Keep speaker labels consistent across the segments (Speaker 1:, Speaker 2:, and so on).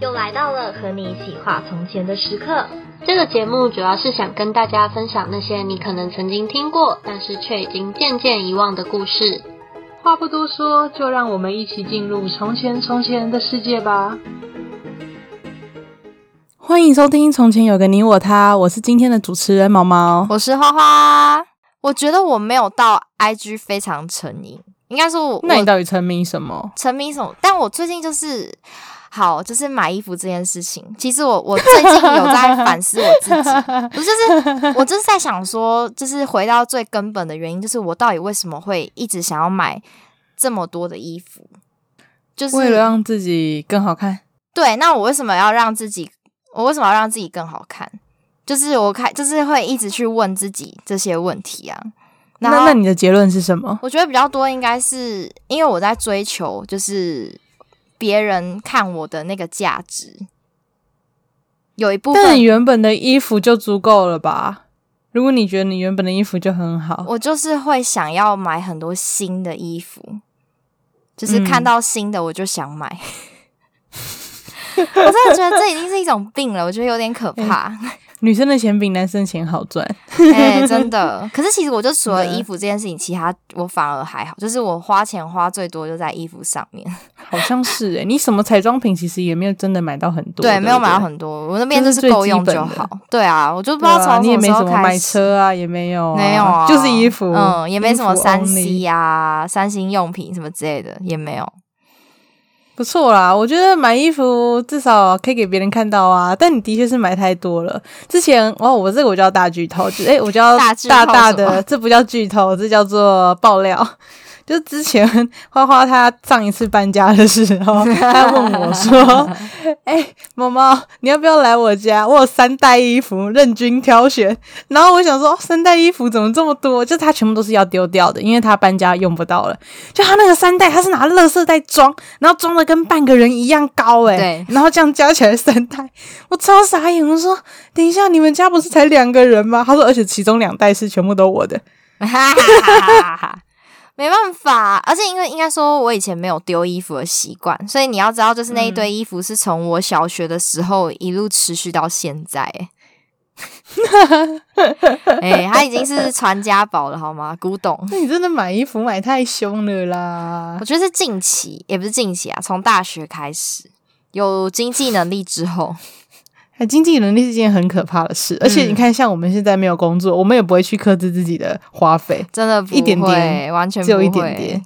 Speaker 1: 又来到了和你一起画从前的时刻。
Speaker 2: 这个节目主要是想跟大家分享那些你可能曾经听过，但是却已经渐渐遗忘的故事。
Speaker 3: 话不多说，就让我们一起进入从前从前的世界吧。
Speaker 4: 欢迎收听《从前有个你我他》，我是今天的主持人毛毛。
Speaker 5: 我是花花。我觉得我没有到 IG 非常成瘾，应该说我
Speaker 4: 那你
Speaker 5: 我
Speaker 4: 到底沉迷什么？
Speaker 5: 沉迷什么？但我最近就是好，就是买衣服这件事情。其实我我最近有在反思 我自 己，不是就是我就是在想说，就是回到最根本的原因，就是我到底为什么会一直想要买这么多的衣服？就是
Speaker 4: 为了让自己更好看，
Speaker 5: 对，那我为什么要让自己？我为什么要让自己更好看？就是我开，就是会一直去问自己这些问题啊。
Speaker 4: 那
Speaker 5: 然后
Speaker 4: 那你的结论是什么？
Speaker 5: 我觉得比较多应该是因为我在追求，就是别人看我的那个价值，有一部
Speaker 4: 但你
Speaker 5: 分
Speaker 4: 原本的衣服就足够了吧？如果你觉得你原本的衣服就很好，
Speaker 5: 我就是会想要买很多新的衣服，就是
Speaker 4: 嗯
Speaker 5: 看到新的我就想买。 我真的觉得这已经是一种病了，我觉得有点可
Speaker 4: 哎
Speaker 5: 怕。
Speaker 4: 女生的钱比男生钱好赚。
Speaker 5: 哎、真的。可是其实我就除了
Speaker 4: 真的
Speaker 5: 衣服这件事情，其他我反而还好，就是我花钱花最多就在衣服上面。
Speaker 4: 好像是诶、你什么彩妆品其实也没有真的买到很多，
Speaker 5: 对，没有
Speaker 4: 不
Speaker 5: 买到很多，我那边
Speaker 4: 这
Speaker 5: 就是是
Speaker 4: 最
Speaker 5: 够
Speaker 4: 基
Speaker 5: 用
Speaker 4: 本
Speaker 5: 就
Speaker 4: 的
Speaker 5: 好。对啊，我就不知
Speaker 4: 对
Speaker 5: 道从
Speaker 4: 啊，你也
Speaker 5: 什
Speaker 4: 没
Speaker 5: 时
Speaker 4: 什
Speaker 5: 候
Speaker 4: 么
Speaker 5: 开
Speaker 4: 买
Speaker 5: 始。
Speaker 4: 车啊，也没有、啊，
Speaker 5: 没有啊，
Speaker 4: 就是衣服，
Speaker 5: 嗯，也没什么
Speaker 4: 衣服
Speaker 5: 三
Speaker 4: only
Speaker 5: C 呀、三星用品什么之类的也没有。
Speaker 4: 不错啦，我觉得买衣服至少可以给别人看到啊。但你的确是买太多了。之前哦，我这个我叫大剧透，就哎、 我叫
Speaker 5: 大剧透
Speaker 4: 大大
Speaker 5: 什
Speaker 4: 的，
Speaker 5: 么
Speaker 4: 这不叫剧透，这叫做爆料。就之前花花她上一次搬家的时候，她问我 说：“哎、毛毛，你要不要来我家？我有三袋衣服，任君挑选。”然后我想说，哦三袋衣服怎么这么多？就她全部都是要丢掉的，因为她搬家用不到了。就他那个三袋，他是拿垃圾袋装，然后装的跟半个人一样高哎、
Speaker 5: 对
Speaker 4: 然后这样加起来三袋，我超傻眼。我说，等一下，你们家不是才两个人吗？他说，而且其中两袋是全部都我的。
Speaker 5: 哈哈哈哈哈哈！ 没办法，而且因为应该说，我以前没有丢衣服的习惯，所以你要知道，就是那一堆衣服是从我小学的时候一路持续到现在、 欸。哎、它已经是传家宝了，好吗？古董，
Speaker 4: 那你真的买衣服买太凶了啦
Speaker 5: 我！觉得是近期，也不是近期啊，从大学开始有经济能力之后，
Speaker 4: 哎，经济能力是件很可怕的事，而且
Speaker 5: 嗯
Speaker 4: 你看，像我们现在没有工作，我们也不会去克制自己的花费，
Speaker 5: 真的不会
Speaker 4: 一点点
Speaker 5: 完全不
Speaker 4: 只
Speaker 5: 会
Speaker 4: 有一点点。。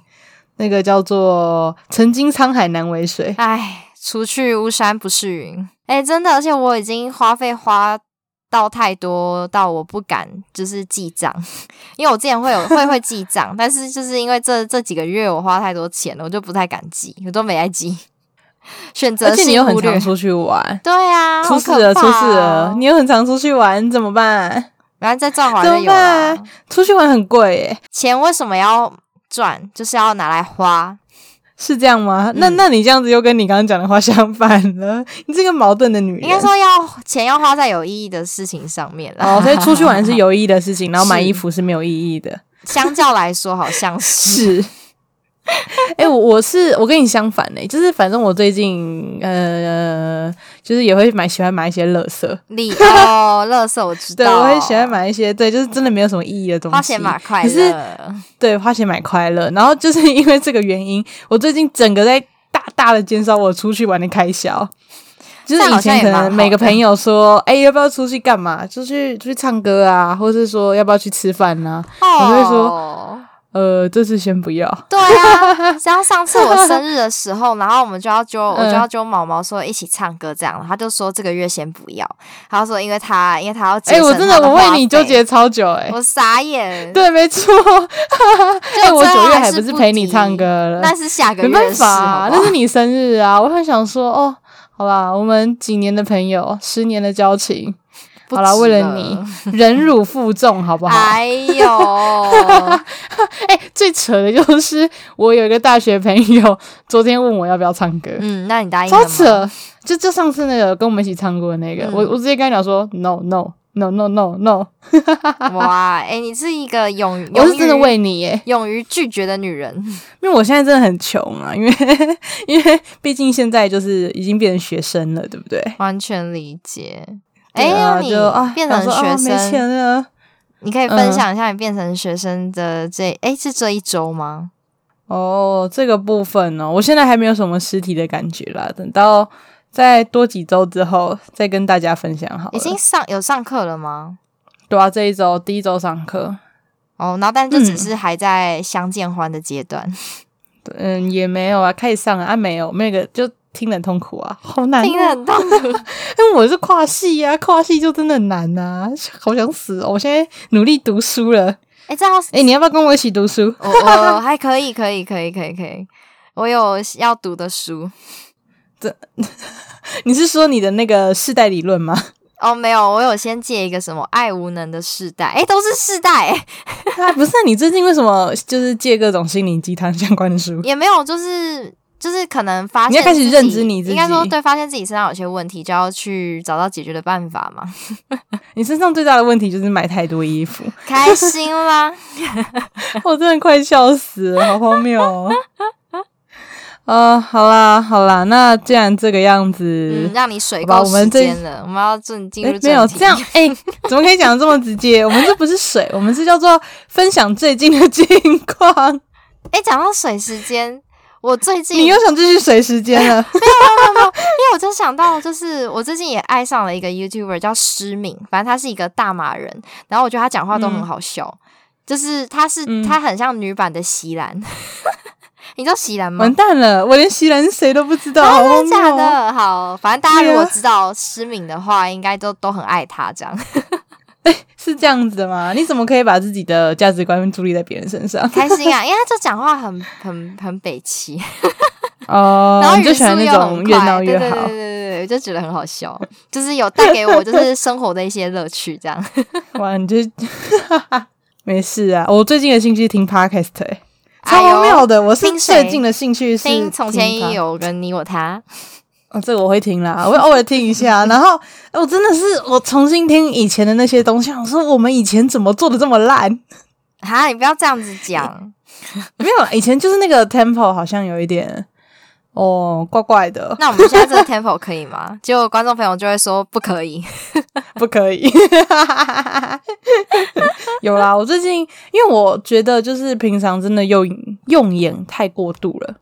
Speaker 4: 那个叫做“曾经沧海难为水”，
Speaker 5: 啊唉，除去巫山不是云。哎、真的，而且我已经花费花到太多，到我不敢就是记账，因为我之前会有会会记账，但是就是因为这这几个月我花太多钱了，我就不太敢记，我都没在记，选择
Speaker 4: 而且你又
Speaker 5: 性
Speaker 4: 很
Speaker 5: 忽略
Speaker 4: 常。出去玩，
Speaker 5: 对啊，
Speaker 4: 出
Speaker 5: 好
Speaker 4: 事
Speaker 5: 可
Speaker 4: 了，出
Speaker 5: 怕
Speaker 4: 事了
Speaker 5: 哦！
Speaker 4: 你又很常出去玩，怎么办？
Speaker 5: 然后再赚回来
Speaker 4: 怎
Speaker 5: 就
Speaker 4: 么
Speaker 5: 有了
Speaker 4: 办。出去玩很贵耶，
Speaker 5: 钱为什么要赚？就是要拿来花。
Speaker 4: 是这样吗？那
Speaker 5: 嗯
Speaker 4: 那你这样子又跟你刚刚讲的话 相反了，你这个矛盾的女人。
Speaker 5: 应该说要钱要花在有意义的事情上面了。
Speaker 4: 哦，所以出去 玩是有意义的事情，然后买
Speaker 5: 是
Speaker 4: 衣服是没有意义的。
Speaker 5: 相较来说，好像是
Speaker 4: 是。 哎、我我是我跟你相反嘞、就是反正我最近呃，就是也会买喜欢买一些垃圾，
Speaker 5: 你哦，乐色我知
Speaker 4: 对，
Speaker 5: 道，
Speaker 4: 我会喜欢买一些，对，就是真的没有什么意义的东西，
Speaker 5: 花钱买快
Speaker 4: 可是
Speaker 5: 乐。
Speaker 4: 对，花钱买快乐。然后就是因为这个原因，我最近整个在大大的减少我出去玩的开销。就是
Speaker 5: 那
Speaker 4: 以
Speaker 5: 好像
Speaker 4: 前
Speaker 5: 也
Speaker 4: 可
Speaker 5: 蛮
Speaker 4: 能
Speaker 5: 好
Speaker 4: 每个
Speaker 5: 的
Speaker 4: 朋友说，哎、要不要出去干嘛？出去出去唱歌啊，或是说要不要去吃饭啊？
Speaker 5: 哦，
Speaker 4: 会说呃，这次先不要。
Speaker 5: 对啊，像上次我生日的时候，然后我们就要揪，我
Speaker 4: 嗯
Speaker 5: 就要揪毛毛说一起唱歌这样，他就说这个月先不要，他说因为他因为他要节
Speaker 4: 哎、
Speaker 5: 省
Speaker 4: 我真
Speaker 5: 他
Speaker 4: 的我
Speaker 5: 花
Speaker 4: 为你纠
Speaker 5: 费，
Speaker 4: 结超久哎、
Speaker 5: 我傻眼，
Speaker 4: 对，没错。
Speaker 5: 就
Speaker 4: 哎、我
Speaker 5: 最后
Speaker 4: 九月
Speaker 5: 还
Speaker 4: 不是
Speaker 5: 不
Speaker 4: 陪你
Speaker 5: 提
Speaker 4: 唱歌了，
Speaker 5: 那是下个
Speaker 4: 没
Speaker 5: 月
Speaker 4: 办
Speaker 5: 的事，
Speaker 4: 法、啊，
Speaker 5: 好不好
Speaker 4: 那是你生日啊！我很想说，哦，好啦，我们几年的朋友，十年的交情，
Speaker 5: 不
Speaker 4: 好啦，
Speaker 5: 值
Speaker 4: 为了你忍辱负重，好不好？哎、
Speaker 5: 哎 呦，
Speaker 4: 最扯的就是我有一个大学朋友，昨天问我要不要唱歌，
Speaker 5: 嗯，那你答应了
Speaker 4: 超
Speaker 5: 吗？
Speaker 4: 扯！就就上次那个跟我们一起唱过的那个，
Speaker 5: 嗯
Speaker 4: 我我直接跟他讲说，no no。 no no no no，
Speaker 5: 哇，哎、你是一个勇于，
Speaker 4: 啊我是真的
Speaker 5: 勇于
Speaker 4: 为你耶，
Speaker 5: 勇于拒绝的女 人，
Speaker 4: 因为我现在真的很穷啊，因为 因为毕竟现在就是已经变成学生了，对不对？
Speaker 5: 完全理解。哎、
Speaker 4: 对啊
Speaker 5: 那你
Speaker 4: 就啊，
Speaker 5: 变成
Speaker 4: 想说
Speaker 5: 学
Speaker 4: 啊、没钱
Speaker 5: 生，
Speaker 4: 了。
Speaker 5: 你可以
Speaker 4: 嗯
Speaker 5: 分享一下你变成学生的这，哎、是这一周吗？
Speaker 4: 哦，这个部分哦，我现在还没有什么实体的感觉啦，等到再多几周之后再跟大家分享好了。
Speaker 5: 已经上有上课了吗？
Speaker 4: 对啊，这一周第一周上课，
Speaker 5: 哦，然后但就
Speaker 4: 嗯
Speaker 5: 只是还在相见欢的阶段，
Speaker 4: 对嗯，也没有啊，开始上了啊，没有，那个就听得很痛苦啊， 好难、
Speaker 5: 听得
Speaker 4: 啊，
Speaker 5: 很痛 苦。
Speaker 4: 因为我是跨系啊，跨系就真的很难啊，好想死哦！我现在努力读书了，
Speaker 5: 哎、这样
Speaker 4: 诶，你要不要跟我一起读书？
Speaker 5: 我我还可以，可以，可以，可以，可以。我有要读的书
Speaker 4: 你是说你的那个世代理 论吗？
Speaker 5: 哦，没有，我有先借一个什么《爱无能的世代》，哎，都是世代、诶
Speaker 4: 啊，不是、啊，你最近为什么就是借各种心灵鸡汤相关的书？
Speaker 5: 也没有，就是就是可能发现
Speaker 4: 你要开始
Speaker 5: 自己
Speaker 4: 认知你自己
Speaker 5: 应该说对，发现自己身上有些问题，就要去找到解决的办 法嘛。
Speaker 4: 你身上最大的问题就是买太多衣 服，
Speaker 5: 开心啦，
Speaker 4: 我真的快笑死了，好荒谬哦！呃，好啦，好啦，那既然这个样子
Speaker 5: 嗯，，让你水
Speaker 4: 好吧
Speaker 5: 够
Speaker 4: 我们
Speaker 5: 时
Speaker 4: 这
Speaker 5: 间了，我们要正进
Speaker 4: 诶
Speaker 5: 入正题。
Speaker 4: 没有这样，哎、怎么可以讲的这么直接？我们这不是水，我们是叫做分享最近的近况。
Speaker 5: 哎，讲到水时间，我最近
Speaker 4: 你
Speaker 5: 因
Speaker 4: 又想继续水时间了？
Speaker 5: 为我就想到，就是我最近也爱上了一个 YouTuber 叫诗敏，反正他是一个大马人，然后我觉得他讲话都很
Speaker 4: 嗯
Speaker 5: 好笑，就是他是、
Speaker 4: 嗯
Speaker 5: 他很像女版的席兰， 你知道席兰吗
Speaker 4: 完？蛋了，我连席兰是谁都不知道，好荒
Speaker 5: 啊真的假
Speaker 4: 谬哦！
Speaker 5: 的？好，反正大家如果
Speaker 4: 对啊
Speaker 5: 知道诗敏的话，应该都都很爱 他这样。
Speaker 4: 是这样子的吗？你怎么可以把自己的价值观注力在别人身 上？
Speaker 5: 开心啊，因为他就讲话很很很北齐，
Speaker 4: 哦、
Speaker 5: 然后
Speaker 4: 你就
Speaker 5: 语
Speaker 4: 喜
Speaker 5: 速
Speaker 4: 欢那
Speaker 5: 又
Speaker 4: 种
Speaker 5: 很
Speaker 4: 越
Speaker 5: 快，
Speaker 4: 闹越
Speaker 5: 对对对
Speaker 4: 好。
Speaker 5: 对对对，我就觉得很好笑，就是有带给我就是生活的一些乐趣这 样。
Speaker 4: 哇，你就 没事啊！我最近的兴趣是听 podcast 哎、超
Speaker 5: 哎呦
Speaker 4: 荒谬的。我是
Speaker 5: 听谁
Speaker 4: 最近的兴趣是
Speaker 5: 听从前
Speaker 4: 它
Speaker 5: 也有跟你我他，
Speaker 4: 哦，这个我会听啦， 我会偶尔听一下。然后哎我真的是我重新听以前的那些东西，我说我们以前怎么做的这么烂？
Speaker 5: 哈，你不要这样子讲，
Speaker 4: 没有啦，以前就是那个 tempo 好像有一点哦怪怪的，
Speaker 5: 那我们现在这个 tempo 可以吗？结果观众朋友就会说不可以，
Speaker 4: 不可以。有啦，我最近因为我觉得就是平常真的用用眼太过度了。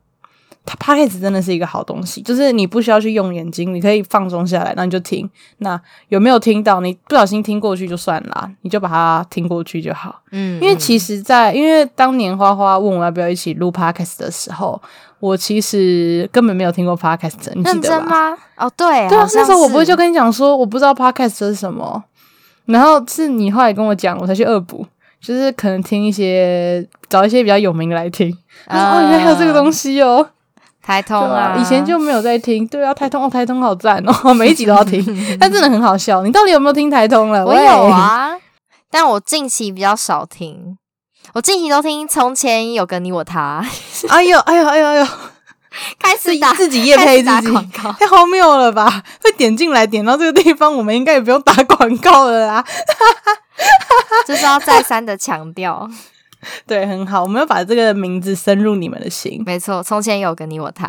Speaker 4: 它 p o c a s t 真的是一个好东西，就是你不需要去用眼睛，你可以放松下来，那你就听。那有没有听到？你不小心听过去就算啦，你就把它听过去就好。
Speaker 5: 嗯，
Speaker 4: 因为其实在，因为当年花花问我要不要一起录 podcast 的时候，我其实根本没有听过 podcast，你记
Speaker 5: 认
Speaker 4: 得吧？
Speaker 5: 真吗？哦，对，
Speaker 4: 对啊
Speaker 5: 好，像
Speaker 4: 那时候我不会
Speaker 5: 是
Speaker 4: 就跟你讲说我不知道 podcast 是什么，然后是你后来跟我讲，我才去恶补，就是可能听一些找一些比较有名的来听。他说、
Speaker 5: 啊
Speaker 4: 哦，原来还有这个东西哦，
Speaker 5: 台通
Speaker 4: 对
Speaker 5: 啊
Speaker 4: 啊，，以前就没有在听。对啊，台通哦，台通好赞哦，每一集都要 听，但真的很好笑。你到底有没有听台通了？
Speaker 5: 我
Speaker 4: 喂
Speaker 5: 有，啊，但我近期比较少听，我近期都听《从前有个你 我他》，
Speaker 4: 哎呦哎呦哎呦哎呦，
Speaker 5: 开
Speaker 4: 自
Speaker 5: 始
Speaker 4: 己
Speaker 5: 打
Speaker 4: 自己夜
Speaker 5: 开
Speaker 4: 配
Speaker 5: 始打
Speaker 4: 自己。
Speaker 5: 广告。
Speaker 4: 太荒谬了吧！会点进来点到这个地方，我们应该也不用打广告了啦。
Speaker 5: 就是要再三的强调，
Speaker 4: 对，很好，我们要把这个名字深入你们的心。
Speaker 5: 没错，从前有个你我他，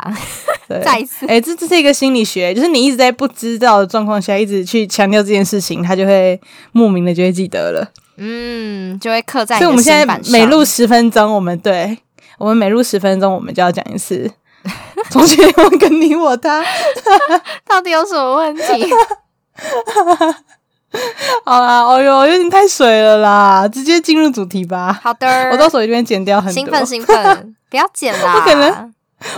Speaker 4: 对，
Speaker 5: 再一次
Speaker 4: 哎、这这是一个心理学，就是你一直在不知道的状况下，一直去强调这件事情，他就会莫名的就会记得了。
Speaker 5: 嗯，就会刻在
Speaker 4: 所以我们
Speaker 5: 你的
Speaker 4: 现
Speaker 5: 身
Speaker 4: 在
Speaker 5: 板上。
Speaker 4: 每录十分钟，我们对我们每录十分钟，我们就要讲一次。 从前有跟你我他，
Speaker 5: 到底有什么问题？
Speaker 4: 好啦，哦哟，有点太水了啦，直接进入主题吧。
Speaker 5: 好的，
Speaker 4: 我到手这边剪掉很
Speaker 5: 兴
Speaker 4: 多，
Speaker 5: 奋兴奋，不要剪啦，
Speaker 4: 不可能，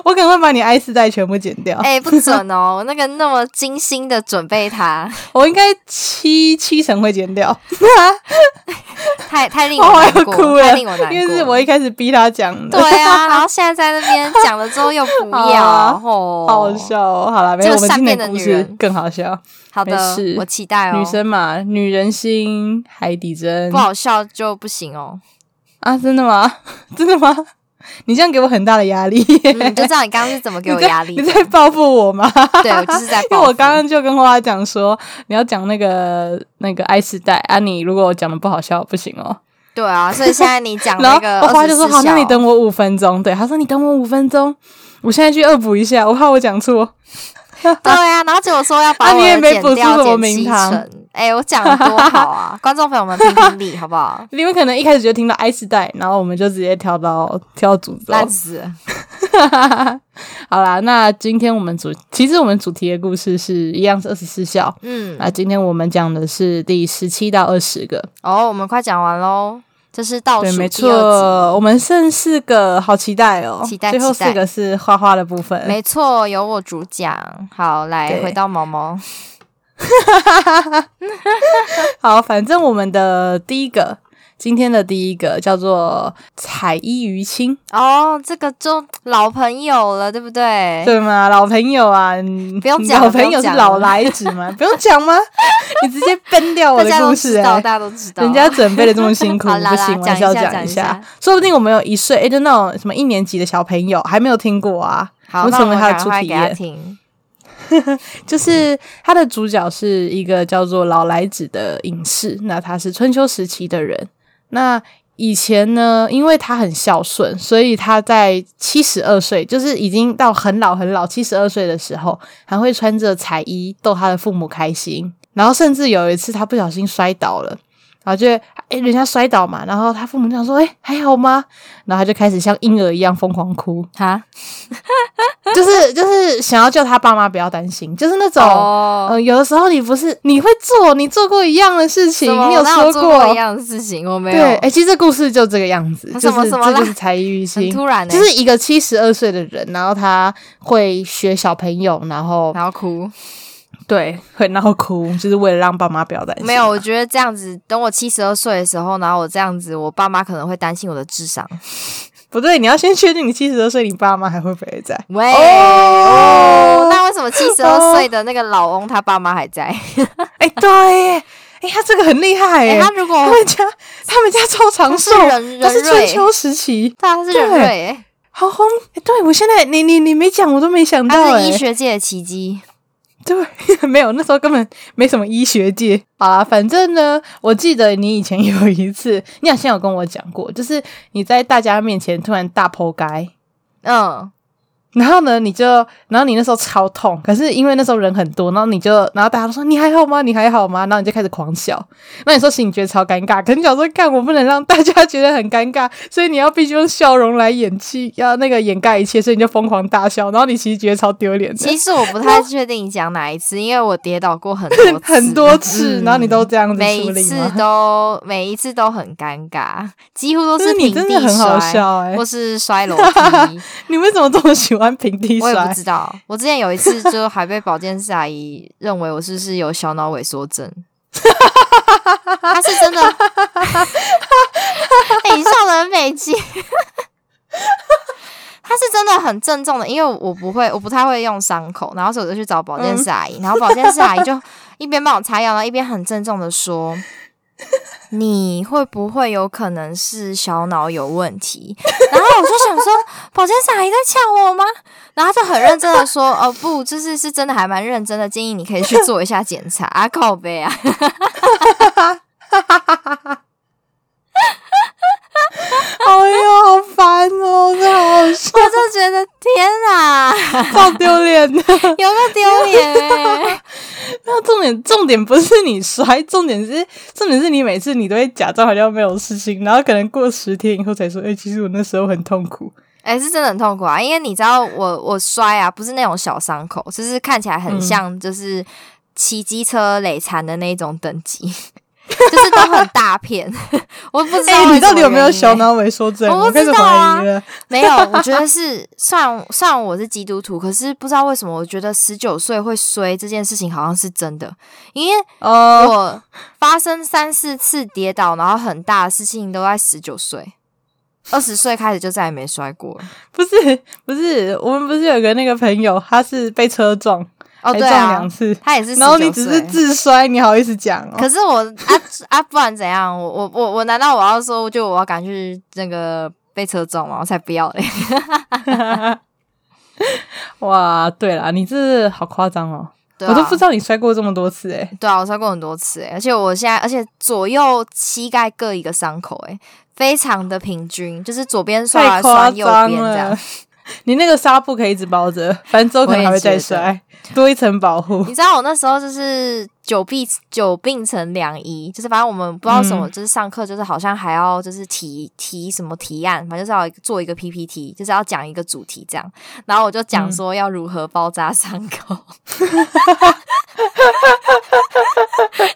Speaker 4: 我可能会把你 I 四代全部剪掉。
Speaker 5: 哎、不准哦，我那个那么精心的准备它，
Speaker 4: 我应该七七成会剪掉，
Speaker 5: 太太令
Speaker 4: 我
Speaker 5: 我
Speaker 4: 好
Speaker 5: 难
Speaker 4: 要
Speaker 5: 过，
Speaker 4: 哭
Speaker 5: 太
Speaker 4: 了
Speaker 5: 令我难，过，
Speaker 4: 因为是我一开始逼他讲 的。
Speaker 5: 对啊，然后现在在那边讲了之后又不 要，
Speaker 4: 啊
Speaker 5: 吼，
Speaker 4: 好好笑哦！好啦，没
Speaker 5: 这
Speaker 4: 有，我
Speaker 5: 个
Speaker 4: 们
Speaker 5: 善
Speaker 4: 今天
Speaker 5: 变
Speaker 4: 的
Speaker 5: 的
Speaker 4: 故
Speaker 5: 女
Speaker 4: 事
Speaker 5: 人
Speaker 4: 更好笑。
Speaker 5: 好的
Speaker 4: 没事，
Speaker 5: 我期待哦。
Speaker 4: 女生嘛，女人心海底针
Speaker 5: 不好笑就不行哦，
Speaker 4: 啊，真的吗？真的吗？你这样给我很大的压力。
Speaker 5: 嗯，就知道你刚刚是怎么给我
Speaker 4: 你在
Speaker 5: 压力 的
Speaker 4: 你。在报复我吗？
Speaker 5: 对，我就是在
Speaker 4: 因为
Speaker 5: 报
Speaker 4: 我
Speaker 5: 复
Speaker 4: 刚刚就跟花花讲说，你要讲那个那个 I 时代啊，你如果我讲的不好笑不行哦。
Speaker 5: 对啊，所以现在你讲
Speaker 4: 然
Speaker 5: 那
Speaker 4: 后
Speaker 5: 个
Speaker 4: 我花
Speaker 5: 二
Speaker 4: 就
Speaker 5: 十
Speaker 4: 说
Speaker 5: 四
Speaker 4: 好，那
Speaker 5: 小，
Speaker 4: 你等我五分钟。对，他说你等我五分钟，我现在去恶补一下，我怕我讲错。
Speaker 5: 对啊，然后结果说要把
Speaker 4: 啊
Speaker 5: 我
Speaker 4: 你也
Speaker 5: 的
Speaker 4: 没
Speaker 5: 剪
Speaker 4: 补出
Speaker 5: 掉
Speaker 4: 什么
Speaker 5: 减
Speaker 4: 名
Speaker 5: 七
Speaker 4: 堂
Speaker 5: 成。哎，我讲的多 好啊，观众朋友们评评理好不好？
Speaker 4: 你们可能一开始就听到 I 时代，然后我们就直接跳到跳主轴。
Speaker 5: 烂死了！
Speaker 4: 好啦，那今天我们主其实我们主题的故事是一样是二十四孝。
Speaker 5: 嗯，
Speaker 4: 那今天我们讲的是第十七到二十个，
Speaker 5: 哦，我们快讲完喽，这是倒
Speaker 4: 对，
Speaker 5: 数
Speaker 4: 没
Speaker 5: 第二
Speaker 4: 错，我们剩四个，好期待哦！
Speaker 5: 期待
Speaker 4: 最后
Speaker 5: 期待
Speaker 4: 四个是花花的部分
Speaker 5: 集，。没错，由我主讲。好，来
Speaker 4: 对
Speaker 5: 回到毛毛，
Speaker 4: 好，反正我们的第一个，今天的第一个叫做彩衣娱亲，
Speaker 5: 哦，这个就老朋友了，对不对？
Speaker 4: 对吗？老朋友啊，你
Speaker 5: 哎不用
Speaker 4: 你
Speaker 5: 讲了
Speaker 4: 老朋友是
Speaker 5: 不用讲了
Speaker 4: 老来子吗？不用讲 吗？你直接崩掉我
Speaker 5: 大
Speaker 4: 的
Speaker 5: 家
Speaker 4: 故
Speaker 5: 都
Speaker 4: 事、
Speaker 5: 知道，
Speaker 4: 欸，
Speaker 5: 大家都知道。
Speaker 4: 人家准备的这么辛 苦，
Speaker 5: 好啦
Speaker 4: 不
Speaker 5: 啦
Speaker 4: 行，我
Speaker 5: 讲
Speaker 4: 还
Speaker 5: 一
Speaker 4: 是要
Speaker 5: 下
Speaker 4: 讲
Speaker 5: 讲一
Speaker 4: 下
Speaker 5: 下。
Speaker 4: 说不定我们有一岁，哎、就那种什么一年级的小朋友还没有听过啊。
Speaker 5: 好，
Speaker 4: 我
Speaker 5: 那
Speaker 4: 成
Speaker 5: 我
Speaker 4: 为
Speaker 5: 们
Speaker 4: 他的
Speaker 5: 赶
Speaker 4: 初
Speaker 5: 快
Speaker 4: 体
Speaker 5: 给他
Speaker 4: 验
Speaker 5: 听。
Speaker 4: 就是它的主角是一个叫做老莱子的隐士，那他是春秋时期的人。那以前呢，因为他很孝顺，所以他在七十二岁，就是已经到很老很老，七十二岁的时候，还会穿着彩衣逗他的父母开心。然后甚至有一次他不小心摔倒了。然后就哎、诶人家摔倒嘛，然后他父母就想说，哎、还好吗？然后他就开始像婴儿一样疯狂哭，
Speaker 5: 哈，
Speaker 4: 就是就是想要叫他爸妈不要担心，就是那种、
Speaker 5: 哦，
Speaker 4: 呃，有的时候你不是你会做，你做过一样的事情，
Speaker 5: 怎么
Speaker 4: 呃你
Speaker 5: 我哪有
Speaker 4: 说
Speaker 5: 做过一样的事情？我没有
Speaker 4: 对，哎、，其实这故事就这个样子，
Speaker 5: 什么
Speaker 4: 就是
Speaker 5: 什么
Speaker 4: 这
Speaker 5: 啦
Speaker 4: 就是才艺于
Speaker 5: 很
Speaker 4: 心，
Speaker 5: 突然欸，
Speaker 4: 就是一个七十二岁的人，然后他会学小朋友，然后
Speaker 5: 然后哭。
Speaker 4: 对会然后哭，就是为了让爸妈不要担心。
Speaker 5: 没有，我觉得这样子，等我七十二岁的时候，然后我这样子，我爸妈可能会担心我的智商。
Speaker 4: 不对，你要先确定你七十二岁，你爸妈还会不 会在？
Speaker 5: 喂，
Speaker 4: 哦
Speaker 5: 哦那为什么七十二岁的那个老翁他爸妈还在？
Speaker 4: 哎、对耶，哎、他这个很厉害
Speaker 5: 哎、
Speaker 4: 耶，
Speaker 5: 他如果
Speaker 4: 他们家他们家超长寿，
Speaker 5: 他是人
Speaker 4: 他是
Speaker 5: 人
Speaker 4: 春
Speaker 5: 瑞
Speaker 4: 秋时期。
Speaker 5: 对啊，他是人
Speaker 4: 对
Speaker 5: 类、欸，
Speaker 4: 好荒！哎对我现在你你你没讲，我都没想到、
Speaker 5: 他
Speaker 4: 哎。
Speaker 5: 是医学界的奇迹。
Speaker 4: 对， 没有，那时候根本没什么医学界啊。反正呢，我记得你以前有一次，你好像有跟我讲过，就是你在大家面前突然大剖开，
Speaker 5: 嗯，
Speaker 4: 然后呢，你就，然后你那时候超痛，可是因为那时候人很多，然后你就，然后大家都说你还好吗？你还好吗？然后你就开始狂笑。那你说是你觉得超尴尬，可是你想说，看我不能让大家觉得很尴尬，所以你要必须用笑容来掩气，要那个掩盖一切，所以你就疯狂大笑。然后你其实觉得超丢脸的，
Speaker 5: 其实我不太确定你讲哪一次，因为我跌倒过很多次 嗯
Speaker 4: 很多次，然后你都这样子
Speaker 5: 每
Speaker 4: 处
Speaker 5: 一
Speaker 4: 理
Speaker 5: 次
Speaker 4: 吗？
Speaker 5: 都每一次都很尴尬，几乎都
Speaker 4: 就是你
Speaker 5: 平
Speaker 4: 真
Speaker 5: 地
Speaker 4: 的很好
Speaker 5: 摔
Speaker 4: 笑哎、
Speaker 5: 或是摔楼梯。
Speaker 4: 你为什么这么喜欢平地
Speaker 5: 我也不
Speaker 4: 摔？
Speaker 5: 知道，我之前有一次就还被保健室阿姨认为我是不是有小脑萎缩症。他是真的，哎你笑得很美肌。他是真的很郑重的，因为我不会，我不太会用伤口，然后所以我就去找保健室阿姨，然后保健室阿姨就一边帮我擦药，然后一边很郑重的说：“你会不会有可能是小脑有问题？”然后我就想说，保健室阿姨在呛我吗？然后他就很认真的说：“ 哦，不，就是是真的，还蛮认真的，建议你可以去做一下检查 啊，靠背 啊。”
Speaker 4: 哎呦，好烦哦，真的好好笑
Speaker 5: 我就觉得天啊，
Speaker 4: 超丢脸的。
Speaker 5: 有个丢脸欸！
Speaker 4: 没有重点，重点不是你摔，重点是重点是你每次你都会假装好像没有事情，然后可能过十天以后才说，哎、其实我那时候很痛苦。
Speaker 5: 哎、是真的很痛苦啊，因为你知道我我摔啊，不是那种小伤口，就是看起来很像
Speaker 4: 嗯
Speaker 5: 就是骑机车累残的那一种等级， 就是都很大片。 我不知道、
Speaker 4: 哎、你到底有没有小
Speaker 5: 小
Speaker 4: 脑萎缩症？
Speaker 5: 我不
Speaker 4: 开始
Speaker 5: 知道啊
Speaker 4: 怀疑了。
Speaker 5: 没有，我觉得是虽然虽然我是基督徒，可是不知道为什么，我觉得十九岁会衰这件事情好像是真的，因为
Speaker 4: 哦、
Speaker 5: 我发生三四次跌倒，然后很大的事情都在十九岁。二十岁开始就再也没摔过了。
Speaker 4: 不是不是，我们不是有个那个朋友，他是被车撞，
Speaker 5: 哦，
Speaker 4: 还
Speaker 5: 对
Speaker 4: 撞
Speaker 5: 啊
Speaker 4: 两，次，
Speaker 5: 他也是19岁。
Speaker 4: 然后你只是自摔，你好意思讲哦？
Speaker 5: 可是我啊啊，不然怎样？我我我我难道我要说，就我要赶去那个被车撞嘛，我才不要嘞。
Speaker 4: 哇，对啦，你这好夸张哦！
Speaker 5: 对
Speaker 4: 我都
Speaker 5: 啊
Speaker 4: 不知道你摔过这么多次哎、
Speaker 5: 对啊，我摔过很多次、欸，而且我现在，而且左右膝盖各一个伤口、欸，非常的平均，就是左边摔
Speaker 4: 太
Speaker 5: 完
Speaker 4: 夸
Speaker 5: 摔右
Speaker 4: 张
Speaker 5: 边这
Speaker 4: 了
Speaker 5: 样。！
Speaker 4: 你那个纱布可以一直包着，反正之后可能还会再
Speaker 5: 我
Speaker 4: 摔，多一层保 护
Speaker 5: 你。知道我那时候就是久病久病成良医，就是反正我们不知道什么，
Speaker 4: 嗯
Speaker 5: 就是上课就是好像还要就是提提什么提案，反正就是要做一个 PPT，就是要讲一个主题这样。然后我就
Speaker 4: 嗯
Speaker 5: 讲说要如何包扎伤 口，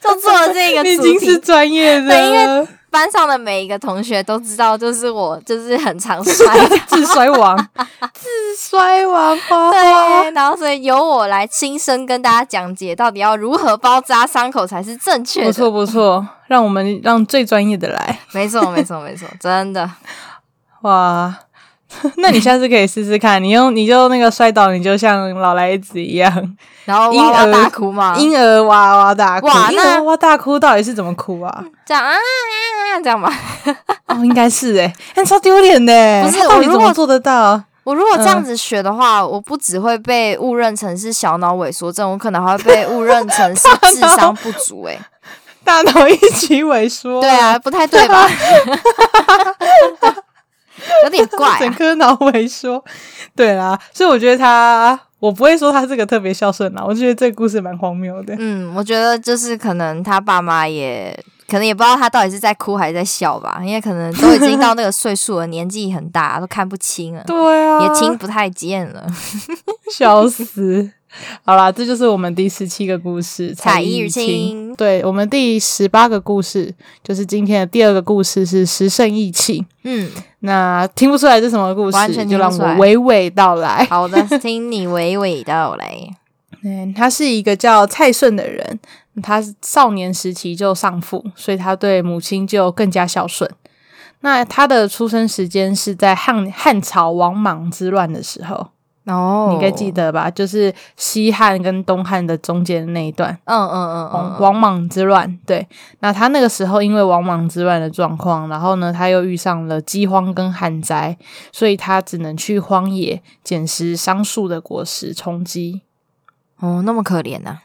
Speaker 5: 就做了这个
Speaker 4: 你已
Speaker 5: 主
Speaker 4: 经
Speaker 5: 题
Speaker 4: 是专业
Speaker 5: 对因
Speaker 4: 的
Speaker 5: 为班上的每一个同学都知道，就是我就是很常摔 的。
Speaker 4: 自摔王， 自摔王花花
Speaker 5: 对，然后所以由我来亲身跟大家讲解，到底要如何包扎伤口才是正确
Speaker 4: 不
Speaker 5: 的。
Speaker 4: 错不错，让我们让最专业的来
Speaker 5: 没错，没错，没错，真 的。
Speaker 4: 哇！ 那你下次可以试试看，你用你就那个摔倒，你就像老来子一样，
Speaker 5: 然后
Speaker 4: 婴
Speaker 5: 哇哇
Speaker 4: 儿
Speaker 5: 大哭嘛，
Speaker 4: 婴儿哇哇大哭，
Speaker 5: 啊哇
Speaker 4: 婴
Speaker 5: 那
Speaker 4: 儿哇哇大哭到底是怎么哭啊？
Speaker 5: 这样啊啊啊这样吧。
Speaker 4: 哦，应该是哎、欸，但超丢脸的欸，
Speaker 5: 不是
Speaker 4: 他到
Speaker 5: 我
Speaker 4: 底
Speaker 5: 如
Speaker 4: 怎么
Speaker 5: 果
Speaker 4: 做得到？
Speaker 5: 我如果这样子学的话，我不只会被误认成是小脑萎缩症，我可能还会被误认成是智商不足、欸。
Speaker 4: 大脑一起萎缩，
Speaker 5: 对啊，，不太对 吧？有点怪、
Speaker 4: 整
Speaker 5: 啊。
Speaker 4: 颗脑萎缩，对啦，所以我觉得他，我不会说他这个特别孝顺啦，我就觉得这个故事蛮荒谬的。
Speaker 5: 嗯，我觉得就是可能他爸妈也可能也不知道他到底是在哭还是在笑吧，因为可能都已经到那个岁数了， 年纪很大，都看不清了，
Speaker 4: 对啊，
Speaker 5: 也听不太见了。
Speaker 4: 笑死。好啦，这就是我们第十七个故事《
Speaker 5: 彩
Speaker 4: 衣
Speaker 5: 衣
Speaker 4: 娱
Speaker 5: 娱
Speaker 4: 亲》。
Speaker 5: 亲
Speaker 4: 对我们第十八个故事，就是今天的第二个故事是十胜义气。
Speaker 5: 嗯，
Speaker 4: 那听不出来这什么故
Speaker 5: 完
Speaker 4: 事，
Speaker 5: 全
Speaker 4: 就
Speaker 5: 听不
Speaker 4: 让
Speaker 5: 出
Speaker 4: 我
Speaker 5: 来
Speaker 4: 娓娓道来。
Speaker 5: 好的，听你娓娓道来。
Speaker 4: 嗯，他是一个叫蔡顺的人，他少年时期就丧父，所以他对母亲就更加孝顺。那他的出生时间是在汉汉朝王莽之乱的时候，
Speaker 5: 哦
Speaker 4: 你应该记，得吧？就是西汉跟东汉的中间的那一段。
Speaker 5: 嗯嗯嗯
Speaker 4: 王
Speaker 5: 嗯，
Speaker 4: 王莽之乱，对，那他那个时候因为王莽之乱的状况，然后呢，他又遇上了饥荒跟旱灾，所以他只能去荒野捡拾桑树的果实充饥。
Speaker 5: 哦，那么可怜呐、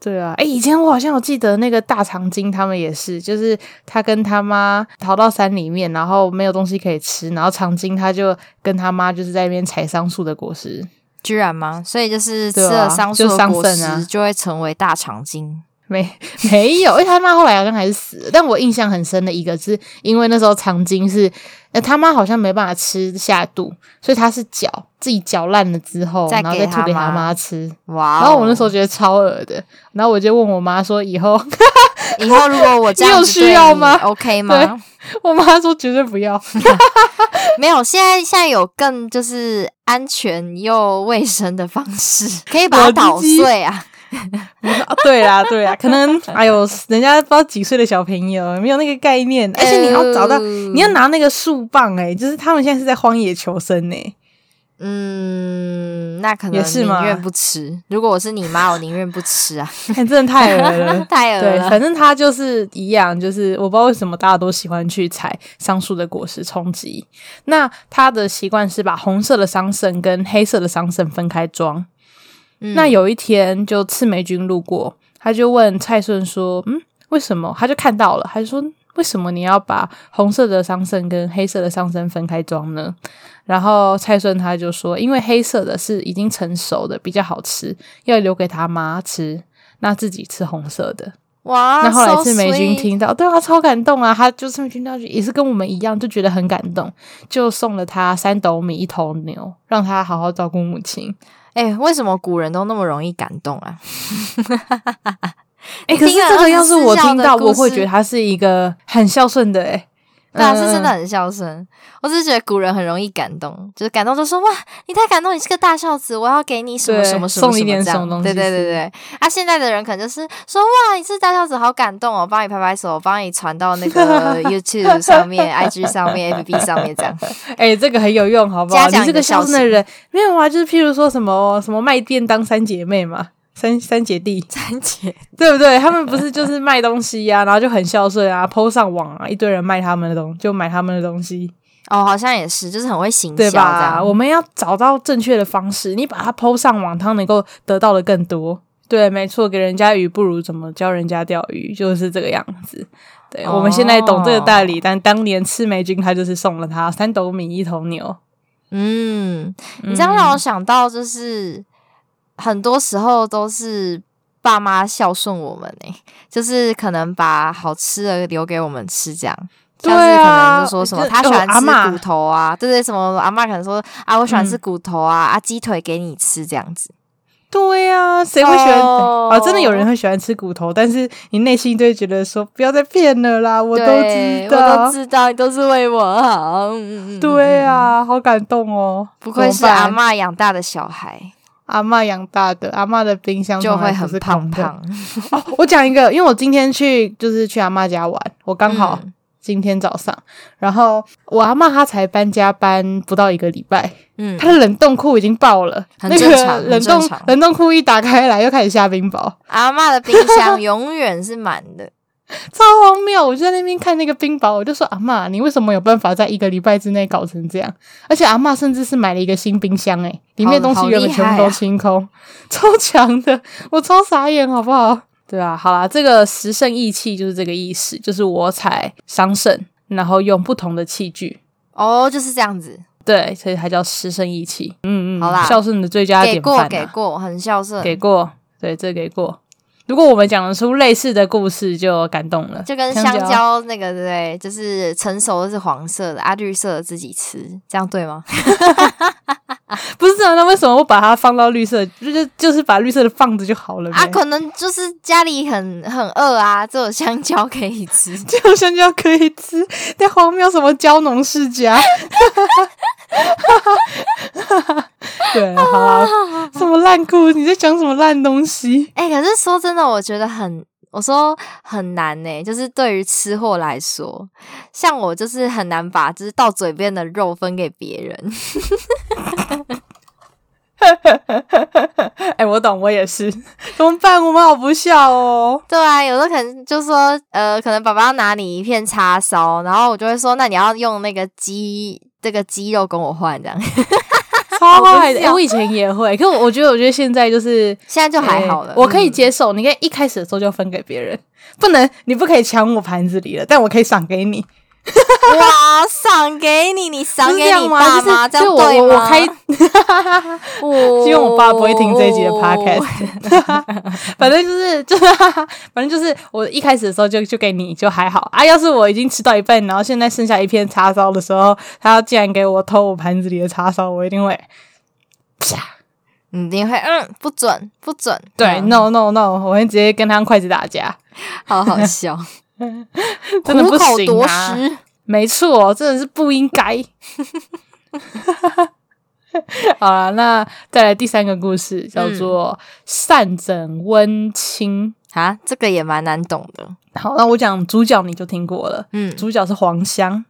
Speaker 4: 对啊，哎，以前我好像有记得那个大长今他们也是，就是他跟他妈逃到山里面，然后没有东西可以吃，然后长今他就跟他妈就是在那边采桑树的果实。
Speaker 5: 居然吗？所以就是吃
Speaker 4: 对啊
Speaker 5: 了桑树
Speaker 4: 就
Speaker 5: 的
Speaker 4: 桑
Speaker 5: 果
Speaker 4: 葚啊
Speaker 5: 实，就会成为大肠经。
Speaker 4: 没 没有，因为他妈后来好像还是死了。但我印象很深的一个是，因为那时候长今是，呃，他妈好像没办法吃下肚，所以他是嚼自己嚼烂了之后，
Speaker 5: 再
Speaker 4: 然后
Speaker 5: 给
Speaker 4: 再吐
Speaker 5: 他
Speaker 4: 给他
Speaker 5: 妈
Speaker 4: 妈吃。
Speaker 5: 哇哦、
Speaker 4: 然后我那时候觉得超恶的，然后我就问我妈说，以后
Speaker 5: 以后如果我这样
Speaker 4: 你有
Speaker 5: 子
Speaker 4: 需
Speaker 5: 对
Speaker 4: 要
Speaker 5: 你
Speaker 4: 吗
Speaker 5: ？OK
Speaker 4: 对
Speaker 5: 吗？
Speaker 4: 我妈说绝对不要。
Speaker 5: 没有，现在现在有更就是安全又卫生的方式，可以把它
Speaker 4: 打
Speaker 5: 捣
Speaker 4: 鸡鸡
Speaker 5: 碎啊。
Speaker 4: 啊 对啦，对啦，可能哎呦，人家不知道几岁的小朋友没有那个概念， 而且你要找
Speaker 5: 呃
Speaker 4: 到，你要拿那个树棒、哎，就是他们现在是在荒野求生呢、哎
Speaker 5: 嗯，那可能
Speaker 4: 也是吗
Speaker 5: 宁愿不吃。如果我是你妈，我宁愿不吃啊，。
Speaker 4: 哎真的太恶了
Speaker 5: 太 恶
Speaker 4: 对，
Speaker 5: 了。
Speaker 4: 反正他就是一样，就是我不知道为什么大家都喜欢去采桑树的果实充饥。那他的习惯是把红色的桑葚跟黑色的桑葚分开装，
Speaker 5: 嗯
Speaker 4: 那有一天，就赤眉军路过，他就问蔡顺说：“嗯，为什么？”他就看到了，他就说：“为什么你要把红色的桑葚跟黑色的桑葚分开装呢？”然后蔡顺他就说：“因为黑色的是已经成熟的，比较好吃，要留给他妈吃。”那自己吃红色的，
Speaker 5: 哇，
Speaker 4: 那后来
Speaker 5: 啊 so
Speaker 4: 赤眉军
Speaker 5: sweet
Speaker 4: 听到，对啊，超感动啊！他就赤眉军听到也是跟我们一样，就觉得很感动，就送了他三斗米、一头牛，让他好好照顾母亲。
Speaker 5: 哎、为什么古人都那么容易感动啊？
Speaker 4: 哎、
Speaker 5: 你
Speaker 4: 可是
Speaker 5: 听了
Speaker 4: 这个要是
Speaker 5: 24
Speaker 4: 我
Speaker 5: 孝
Speaker 4: 听
Speaker 5: 的
Speaker 4: 到，
Speaker 5: 故
Speaker 4: 我会
Speaker 5: 事
Speaker 4: 觉得他是一个很孝顺的、欸，哎，
Speaker 5: 对啊，
Speaker 4: 嗯
Speaker 5: 是真的很孝顺。我只是觉得古人很容易感动，就是感动就说哇，你太感动，你是个大孝子，我要给你什么
Speaker 4: 对
Speaker 5: 什么什
Speaker 4: 送
Speaker 5: 么
Speaker 4: 你
Speaker 5: 什么
Speaker 4: 点
Speaker 5: 这
Speaker 4: 什么东
Speaker 5: 样。
Speaker 4: 西
Speaker 5: 对对对对，啊，现在的人可能就是说哇，你是大孝子，好感动哦，帮你拍拍手，帮你传到那 个 YouTube 上面、IG 上面、APP 上面这样。
Speaker 4: 哎、这个很有用，好不好？
Speaker 5: 嘉
Speaker 4: 你
Speaker 5: 奖
Speaker 4: 是
Speaker 5: 你
Speaker 4: 个
Speaker 5: 的
Speaker 4: 孝
Speaker 5: 孝
Speaker 4: 顺的
Speaker 5: 心
Speaker 4: 人，没有啊？就是譬如说什么什么卖便当三姐妹嘛，三三姐弟，
Speaker 5: 三姐，
Speaker 4: 对不对？他们不是就是卖东西呀、然后就很孝顺啊，PO 上网啊，一堆人卖他们的东，就买他们的东西。
Speaker 5: 哦，好像也是，就是很会行销
Speaker 4: 对
Speaker 5: 这
Speaker 4: 吧？
Speaker 5: 样。
Speaker 4: 我们要找到正确的方式，你把它抛上网，它能够得到的更多。对，没错，给人家鱼不如怎么教人家钓鱼，就是这个样子。对，
Speaker 5: 哦
Speaker 4: 我们现在懂这个道理，但当年赤眉军他就是送了他三斗米一头牛。
Speaker 5: 嗯，你这样让我想到，就是很多时候都是爸妈孝顺我们诶、就是可能把好吃的留给我们吃这样。
Speaker 4: 对
Speaker 5: 像是可能
Speaker 4: 啊，
Speaker 5: 就说什么
Speaker 4: 就
Speaker 5: 他喜欢
Speaker 4: 哦阿
Speaker 5: 吃
Speaker 4: 嬷
Speaker 5: 骨头啊，对对，什么阿妈可能说啊，我喜欢吃
Speaker 4: 嗯
Speaker 5: 骨头啊，啊鸡腿给你吃这样子。
Speaker 4: 对呀、谁会喜欢？
Speaker 5: 哦
Speaker 4: 哦，真的有人会喜欢吃骨头，但是你内心就会觉得说，不要再骗了啦，我都
Speaker 5: 对
Speaker 4: 知道，
Speaker 5: 我都知道，你都是为我好。嗯嗯嗯，
Speaker 4: 对
Speaker 5: 嗯，
Speaker 4: 啊，好感动哦！
Speaker 5: 不愧是
Speaker 4: 怎么办
Speaker 5: 阿嬷养大的小孩，
Speaker 4: 阿嬷养大的，阿嬷的冰箱
Speaker 5: 就
Speaker 4: 从来
Speaker 5: 会
Speaker 4: 不
Speaker 5: 很
Speaker 4: 是
Speaker 5: 胖
Speaker 4: 空的
Speaker 5: 胖。
Speaker 4: 哦， 我讲一个，因为我今天去就是去阿妈家玩，我刚好
Speaker 5: 嗯
Speaker 4: 今天早上，然后我阿妈她才搬家搬不到一个礼拜，
Speaker 5: 嗯，
Speaker 4: 她的冷冻库已经爆了，
Speaker 5: 很
Speaker 4: 那
Speaker 5: 正常
Speaker 4: 个
Speaker 5: 很
Speaker 4: 冷
Speaker 5: 正
Speaker 4: 冻
Speaker 5: 常
Speaker 4: 冷冻库一打开来又开始下冰雹，
Speaker 5: 阿嬷的冰箱永远是满的。
Speaker 4: 超荒谬！我就在那边看那个冰雹，我就说阿妈，你为什么有办法在一个礼拜之内搞成这样？而且阿妈甚至是买了一个新冰箱、欸，里面东西原本全部都清空，超强的，我超傻眼，好不好？对啊，好啦，这个十胜意气就是这个意思，就是我采桑葚，然后用不同的器具，
Speaker 5: 哦，就是这样子，
Speaker 4: 对，所以它叫十胜意气。嗯嗯，
Speaker 5: 好啦
Speaker 4: 孝顺的最佳
Speaker 5: 给
Speaker 4: 典范、
Speaker 5: 过
Speaker 4: 啊，
Speaker 5: 给过，很孝顺，
Speaker 4: 给过，对，这给过。如果我们讲得出类似的故事，就感动了，
Speaker 5: 就跟香蕉那个对不对，就是成熟的是黄色的，啊绿色的自己吃，这样对吗？
Speaker 4: 不是啊，那为什么我把它放到绿色？就是就是把绿色的放着就好了呗。
Speaker 5: 啊，可能就是家里很很饿啊，只有香蕉可以吃。
Speaker 4: 这种香蕉可以吃，但荒谬什么蕉农世家？ 对，好 啊，什么烂故事？你在讲什么烂东西？
Speaker 5: 哎、可是说真的，我觉得很，我说很难呢、就是对于吃货来说，像我就是很难把就是到嘴边的肉分给别人。
Speaker 4: 哎、我懂，我也是。 怎么办？我们好不孝 哦。
Speaker 5: 对啊，有时候可能就说，呃，可能爸爸要拿你一片叉烧，然后我就会说，那你要用那个鸡这个鸡肉跟我换这样。
Speaker 4: 超坏的、
Speaker 5: 好不孝
Speaker 4: 欸我以前也会，可我我觉得，我觉得现在就是
Speaker 5: 现在就还好了，
Speaker 4: 欸
Speaker 5: 嗯
Speaker 4: 我可以接受。你可以一开始的时候就分给别人，不能，你不可以抢我盘子里了，但我可以赏给你。
Speaker 5: 嗯哇，赏给你，你赏
Speaker 4: 不是
Speaker 5: 给
Speaker 4: 样
Speaker 5: 你
Speaker 4: 吗哦
Speaker 5: 爸
Speaker 4: 就是
Speaker 5: 妈，这样
Speaker 4: 就是
Speaker 5: 对
Speaker 4: 我我
Speaker 5: 吗？哦
Speaker 4: 我开，
Speaker 5: 我
Speaker 4: 希望我爸不会听这一集的 podcast。反正就是 就是，反正就是我一开始的时候就就给你就还好啊。要是我已经吃到一半，然后现在剩下一片叉烧的时候，他要竟然给我偷我盘子里的叉烧，我一定会
Speaker 5: 你一定会，嗯，不准，不准，
Speaker 4: 对、
Speaker 5: 嗯
Speaker 4: no no no，我会直接跟他用筷子打架，
Speaker 5: 好好笑，
Speaker 4: 真的
Speaker 5: 苦
Speaker 4: 不
Speaker 5: 口
Speaker 4: 行
Speaker 5: 夺
Speaker 4: 啊。
Speaker 5: 食。
Speaker 4: 没错，真的是不应该。 好了，那再来第三个故事，叫做善枕温清。
Speaker 5: 啊，这个也蛮难懂的。
Speaker 4: 好，那我讲主角你就听过了，
Speaker 5: 嗯，
Speaker 4: 主角是黄香。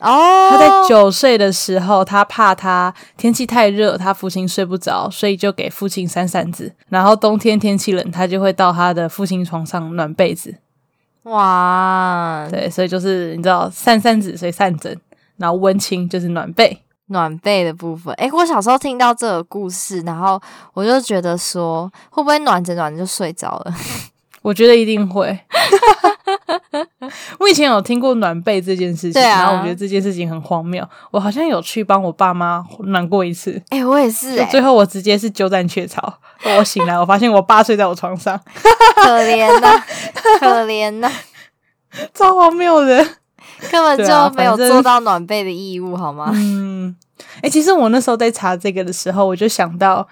Speaker 5: 哦，
Speaker 4: 他在九岁的时候，他怕他天气太热，他父亲睡不着，所以就给父亲扇扇子。然后冬天天气冷，他就会到他的父亲床上暖被子。
Speaker 5: 哇，
Speaker 4: 对，所以就是你知道扇扇子，所以扇枕，然后温清就是暖被。
Speaker 5: 暖被的部分。诶，我小时候听到这个故事，然后我就觉得说，会不会暖着暖着就睡着了？
Speaker 4: 我觉得一定会。 我以前有听过暖被这件事情，
Speaker 5: 对啊
Speaker 4: 然后我觉得这件事情很荒谬。我好像有去帮我爸妈暖过一次，
Speaker 5: 诶，我也是、
Speaker 4: 就
Speaker 5: 诶，
Speaker 4: 最后我直接是鸠占鹊巢。我醒来，我发现我爸睡在我床上，
Speaker 5: 可怜呐、可怜呐、
Speaker 4: 超荒谬的。
Speaker 5: 根本
Speaker 4: 对啊
Speaker 5: 就没有
Speaker 4: 反正
Speaker 5: 做到暖被的义务，好吗？
Speaker 4: 嗯，哎、其实我那时候在查这个的时候，我就想到，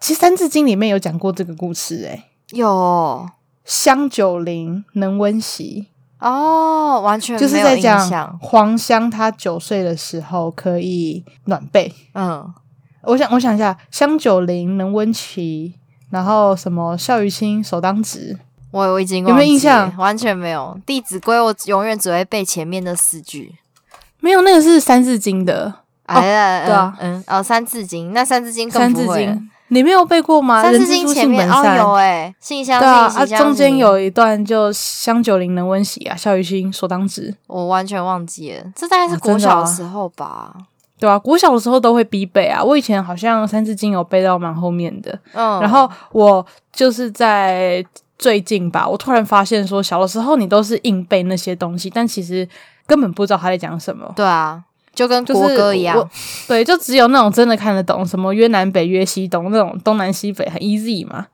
Speaker 4: 其实《三字经》里面有讲过这个故事、欸，哎，
Speaker 5: 有
Speaker 4: 香九龄能温席，
Speaker 5: 哦，完全
Speaker 4: 就是
Speaker 5: 没有
Speaker 4: 在
Speaker 5: 印
Speaker 4: 讲
Speaker 5: 象。
Speaker 4: 黄香她九岁的时候可以暖被。
Speaker 5: 嗯，
Speaker 4: 我想，我想一下，香九龄能温席，然后什么孝于亲，首当直。
Speaker 5: 我我已经
Speaker 4: 有没有
Speaker 5: 忘记
Speaker 4: 印象
Speaker 5: 了完全没有。《弟子规》我永远只会背前面那四句。
Speaker 4: 没有，那个是《三字经》的
Speaker 5: 哎呀，
Speaker 4: 对啊
Speaker 5: 嗯，嗯哦，《三字经》那《三字经》
Speaker 4: 《三
Speaker 5: 更
Speaker 4: 字
Speaker 5: 不
Speaker 4: 经
Speaker 5: 会了，》。啊
Speaker 4: 你没有背过吗？
Speaker 5: 三
Speaker 4: 人
Speaker 5: 字
Speaker 4: 之
Speaker 5: 经
Speaker 4: 初
Speaker 5: 前
Speaker 4: 性
Speaker 5: 面
Speaker 4: 本
Speaker 5: 哦
Speaker 4: 善。
Speaker 5: 有哎，信箱
Speaker 4: 对啊，
Speaker 5: 信
Speaker 4: 啊，
Speaker 5: 息箱
Speaker 4: 中间
Speaker 5: 你
Speaker 4: 有一段就香九龄能温席啊，孝于亲，所当执。
Speaker 5: 我完全忘记了，这大概是
Speaker 4: 啊
Speaker 5: 国
Speaker 4: 真的
Speaker 5: 小
Speaker 4: 啊
Speaker 5: 的时候吧。
Speaker 4: 对啊，国小的时候都会必背啊。我以前好像《三字经》有背到蛮后面的，
Speaker 5: 嗯，
Speaker 4: 然后我就是在最近吧，我突然发现说，小的时候你都是硬背那些东西，但其实根本不知道他在讲什么。
Speaker 5: 对啊，就跟
Speaker 4: 就是
Speaker 5: 国歌一样
Speaker 4: 我，对，就只有那种真的看得懂，什么约南北约西东那种东南西北很 easy 嘛。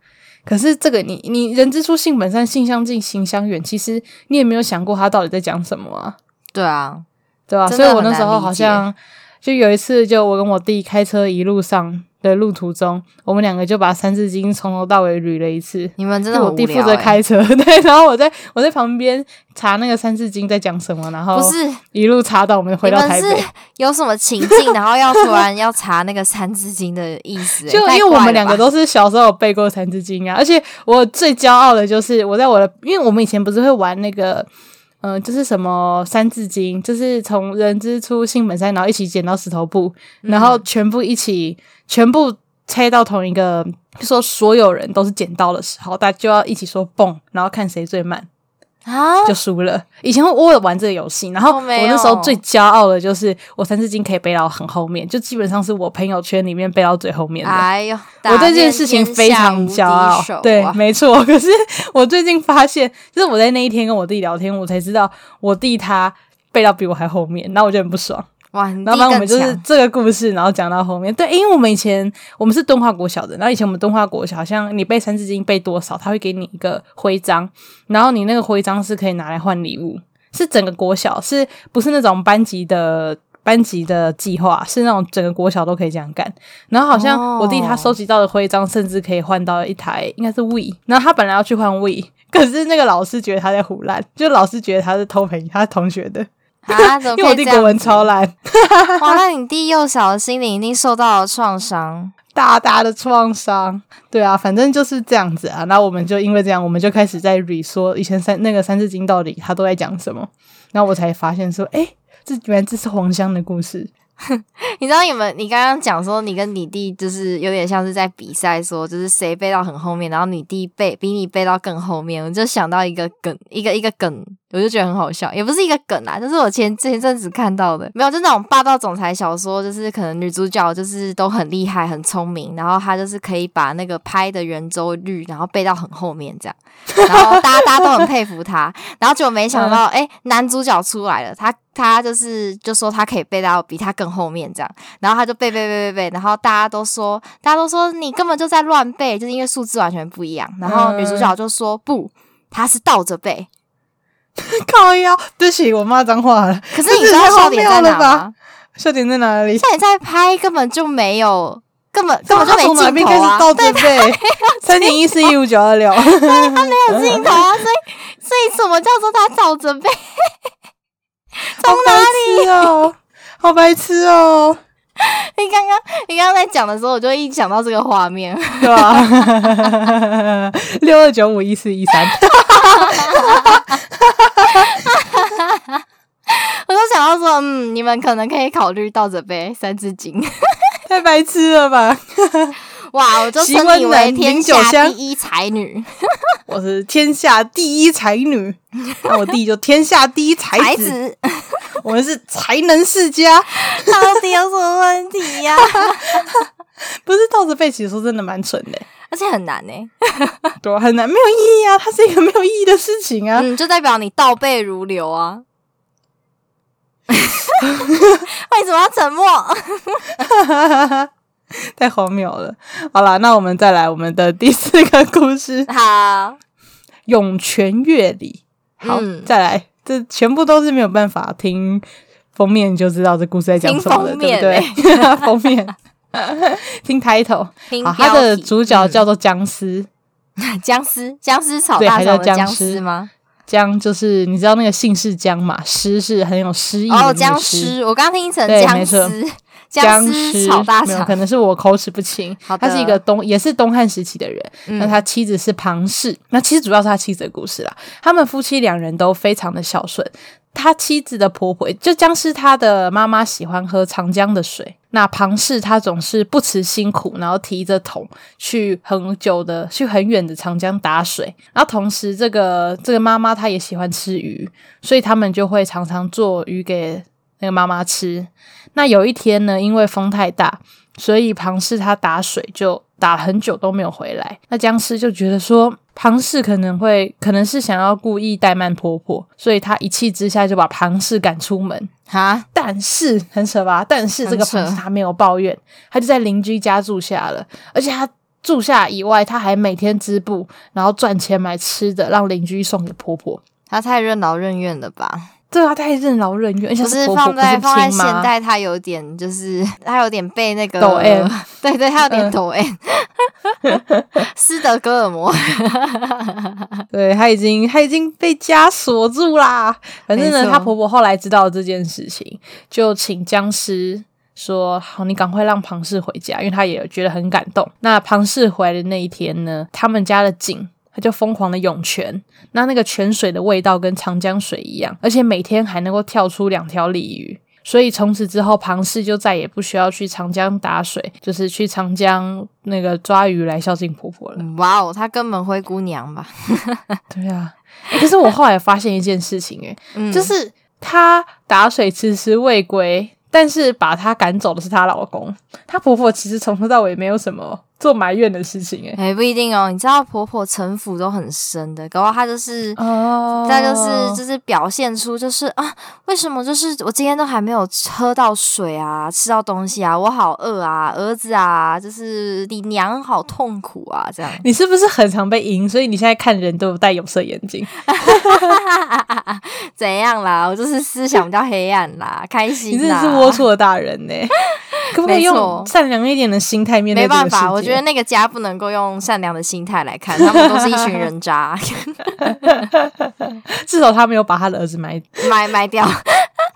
Speaker 4: 可是这个你你人之初性本善，性相近，行相远，其实你也没有想过他到底在讲什么啊，
Speaker 5: 对啊，
Speaker 4: 对吧、
Speaker 5: 真
Speaker 4: 所以
Speaker 5: 的
Speaker 4: 我
Speaker 5: 很
Speaker 4: 那
Speaker 5: 难
Speaker 4: 时候
Speaker 5: 理
Speaker 4: 好
Speaker 5: 解
Speaker 4: 像就有一次，就我跟我弟开车一路上的路途中，我们两个就把《三字经》从头到尾捋了一次。
Speaker 5: 你们真
Speaker 4: 就
Speaker 5: 的
Speaker 4: 我
Speaker 5: 很无
Speaker 4: 弟负
Speaker 5: 聊
Speaker 4: 责
Speaker 5: 欸。
Speaker 4: 开车， 对，然后我在我在旁边查那个《三字经》在讲什么，然后
Speaker 5: 不是
Speaker 4: 一路查到我们回
Speaker 5: 你
Speaker 4: 到
Speaker 5: 们
Speaker 4: 台
Speaker 5: 是
Speaker 4: 北。
Speaker 5: 有什么情 境，然后要突然要查那个《三字经》的意思欸？
Speaker 4: 就
Speaker 5: 太
Speaker 4: 因为我
Speaker 5: 怪了
Speaker 4: 们两
Speaker 5: 吧
Speaker 4: 个都是小时候有背过《三字经》啊，而且我最骄傲的就是我在我的，因为我们以前不是会玩那个，嗯、就是什么《三字经》，就是从人之初性本善，然后一起剪刀石头布，
Speaker 5: 嗯
Speaker 4: 然后全部一起全部猜到同一个，就说所有人都是剪刀的时候，大家就要一起说蹦，然后看谁最慢。
Speaker 5: 啊，
Speaker 4: 就输了。以前我有玩这个游戏，然后
Speaker 5: 我
Speaker 4: 我
Speaker 5: 哦没有
Speaker 4: 那时候最骄傲的就是我三字经可以背到很后面，就基本上是我朋友圈里面背到最后面的。
Speaker 5: 哎呦，
Speaker 4: 我对
Speaker 5: 打
Speaker 4: 这
Speaker 5: 遍
Speaker 4: 件事情
Speaker 5: 天
Speaker 4: 非
Speaker 5: 下
Speaker 4: 常
Speaker 5: 无敌
Speaker 4: 骄傲，
Speaker 5: 手
Speaker 4: 对
Speaker 5: 啊，
Speaker 4: 没错。 可是我最近发现，就是我在那一天跟我弟聊天，我才知道我弟他背到比我还后面，然后我就很不爽。
Speaker 5: 哇，你弟
Speaker 4: 然后反正我们
Speaker 5: 更
Speaker 4: 就是
Speaker 5: 强，
Speaker 4: 这个故事，然后讲到后面，对，因为我们以前我们是敦化国小的，然后以前我们敦化国小，好像你背三字经背多少，他会给你一个徽章，然后你那个徽章是可以拿来换礼物，是整个国小，是不是那种班级的？班级的计划是那种整个国小都可以这样干，然后好像我弟他
Speaker 5: 哦
Speaker 4: 收集到的徽章，甚至可以换到一台应该是 We，然后他本来要去换 We，可是那个老师觉得他在胡乱，就老师觉得他是偷朋他同学的，
Speaker 5: 啊，怎么
Speaker 4: 因为
Speaker 5: 可
Speaker 4: 我
Speaker 5: 以这
Speaker 4: 弟
Speaker 5: 样
Speaker 4: 国文
Speaker 5: 子
Speaker 4: 超烂，
Speaker 5: 哇，那你弟幼小的心灵一定受到了创伤。
Speaker 4: 大大的创伤。对啊，反正就是这样子啊。那我们就因为这样，我们就开始在 re 说以前三那个三字经到底他都在讲什么。然后我才发现说，哎、这原来这是黄香的故事。
Speaker 5: 你知道你们，你刚刚讲说你跟你弟就是有点像是在比赛，说就是谁背到很后面，然后你弟背比你背到更后面，我就想到一个梗，一个一个梗，我就觉得很好笑，也不是一个梗啦，就是我前前阵子看到的，没有，就那种霸道总裁小说，就是可能女主角就是都很厉害、很聪明，然后她就是可以把那个拍的圆周率，然后背到很后面这样，然后大家大家都很佩服她，然后结果没想
Speaker 4: 嗯
Speaker 5: 到，哎、男主角出来了，他他就是就说他可以背到比他更后面这样。然后他就背背背背背，然后大家都说，大家都说你根本就在乱背，就是因为数字完全不一样。然后女主
Speaker 4: 嗯
Speaker 5: 角就说、不，她是倒着背。
Speaker 4: 靠腰，对不起，我骂脏话了。
Speaker 5: 可是你知道笑点在哪吗？
Speaker 4: 笑点在哪里？
Speaker 5: 笑点在拍根本就没有，根本根本就
Speaker 4: 他从哪
Speaker 5: 没镜
Speaker 4: 边
Speaker 5: 头
Speaker 4: 开始
Speaker 5: 啊，
Speaker 4: 倒着背？三点一四一五九二 六。
Speaker 5: 没有镜头
Speaker 4: 嗯
Speaker 5: 啊，所以所以什么叫做她倒着背？
Speaker 4: 从哪里？哦，好白痴哦，
Speaker 5: 你刚刚你刚刚在讲的时候，我就一想到这个画面，
Speaker 4: 对吧？ 六二九五一四一三。
Speaker 5: 我就想到说，嗯，你们可能可以考虑倒着背《三 字经》。
Speaker 4: 太白痴了吧！
Speaker 5: 哇，我就
Speaker 4: 席
Speaker 5: 称
Speaker 4: 温
Speaker 5: 你
Speaker 4: 暖
Speaker 5: 为天
Speaker 4: 零九
Speaker 5: 下
Speaker 4: 香
Speaker 5: 第一才女。
Speaker 4: 我是天下第一才女，那我弟就天下第一才子，
Speaker 5: 才子，
Speaker 4: 我们是才能世家，
Speaker 5: 到底有什么问题呀、
Speaker 4: 不是倒着背，其实说真的蛮蠢的，
Speaker 5: 而且很难呢、欸
Speaker 4: 对啊，很难，没有意义啊，它是一个没有意义的事情啊。
Speaker 5: 嗯，就代表你倒背如流 啊。为什么要 沉默？
Speaker 4: 太荒谬了！好啦，那我们再来我们的第四个故事《
Speaker 5: 好，
Speaker 4: 涌泉月里》。好，
Speaker 5: 嗯
Speaker 4: 再来，这全部都是没有办法听封面就知道这故事在讲
Speaker 5: 听
Speaker 4: 什么了，
Speaker 5: 封面欸
Speaker 4: 对不对？ 封面，听 title。
Speaker 5: 听
Speaker 4: 好，它的
Speaker 5: 标题
Speaker 4: 主角
Speaker 5: 嗯
Speaker 4: 叫做僵尸，
Speaker 5: 僵尸，僵尸炒
Speaker 4: 对
Speaker 5: 大
Speaker 4: 还
Speaker 5: 肠
Speaker 4: 叫
Speaker 5: 的
Speaker 4: 僵
Speaker 5: 僵
Speaker 4: 尸
Speaker 5: 尸吗？
Speaker 4: 姜就是你知道那个姓氏姜嘛，诗是很有诗意的那
Speaker 5: 哦，
Speaker 4: 个
Speaker 5: 僵
Speaker 4: 诗。
Speaker 5: 尸，我刚听成
Speaker 4: 对
Speaker 5: 僵
Speaker 4: 没错
Speaker 5: 尸，
Speaker 4: 僵
Speaker 5: 尸
Speaker 4: 尸
Speaker 5: 炒大
Speaker 4: 没有，
Speaker 5: 肠
Speaker 4: 可。能是我口齿不清。
Speaker 5: 好的
Speaker 4: 他是一个东，也是东汉时期的人。
Speaker 5: 嗯
Speaker 4: 那他妻子是庞氏，那其实主要是他妻子的故事啦。他们夫妻两人都非常的孝顺，他妻子的婆婆，就僵尸他的妈妈喜欢喝长江的水，那庞氏他总是不辞辛苦，然后提着桶去很久的去很远的长江打水。然后同时，这个这个妈妈她也喜欢吃鱼，所以他们就会常常做鱼给那个妈妈吃。那有一天呢，因为风太大，所以庞氏他打水就打了很久都没有回来。那僵尸就觉得说，庞氏可能会可能是想要故意怠慢婆婆，所以他一气之下就把庞氏赶出门。
Speaker 5: 哈，
Speaker 4: 但是很扯 吧？但是这个庞氏
Speaker 5: 很扯
Speaker 4: 他没有抱怨，他就在邻居家住下了，而且他。住下以外，他还每天织布，然后赚钱买吃的，让邻居送给婆婆。
Speaker 5: 他太任劳任怨了吧？
Speaker 4: 对啊，太任劳任怨，而且
Speaker 5: 不是
Speaker 4: 婆婆
Speaker 5: 放在
Speaker 4: 不是
Speaker 5: 放在
Speaker 4: 亲
Speaker 5: 现
Speaker 4: 妈
Speaker 5: 代，他有点就是他有点被那个
Speaker 4: 抖 M
Speaker 5: 对对，他有点
Speaker 4: 嗯
Speaker 5: 抖 M，斯德哥 尔摩，
Speaker 4: 对，她已经她已经被枷锁住啦。反正呢，
Speaker 5: 没错
Speaker 4: 她婆婆后来知道这件事情，就请僵尸说：“好，你赶快让庞氏回家，因为她也觉得很感动。”那庞氏回来的那一天呢，他们家的井。他就疯狂的涌泉，那那个泉水的味道跟长江水一样，而且每天还能够跳出两条鲤鱼，所以从此之后，庞氏就再也不需要去长江打水，就是去长江那个抓鱼来孝敬婆婆了。
Speaker 5: 哇哦，他根本灰姑娘吧？
Speaker 4: 对啊，欸可是我后来发现一件事情、欸，
Speaker 5: 嗯，
Speaker 4: 就是她打水迟迟未归，但是把她赶走的是她老公。她婆婆其实从头到尾没有什么做埋怨的事情、欸，
Speaker 5: 哎、不一定哦，你知道婆婆城府都很深的，搞不好她就是。
Speaker 4: 哦
Speaker 5: 她嗯就是就是表现出就是啊，为什么就是我今天都还没有喝到水啊，吃到东西啊，我好饿啊，儿子啊，就是你娘好痛苦啊，这样。
Speaker 4: 你是不是很常被赢？所以你现在看人都有戴有色眼镜，
Speaker 5: 怎样啦？我就是思想比较黑暗 啦，开
Speaker 4: 你
Speaker 5: 心
Speaker 4: 真的
Speaker 5: 啦。
Speaker 4: 是龌龊的大人 呢、欸可不可以
Speaker 5: 没错
Speaker 4: 用善良一点的心态面对
Speaker 5: 没
Speaker 4: 这个世
Speaker 5: 办
Speaker 4: 界？
Speaker 5: 法，我觉得那个家不能够用善良的心态来看，他们都是一群人渣，
Speaker 4: 至少她没有把她的儿子埋，
Speaker 5: 买买 掉。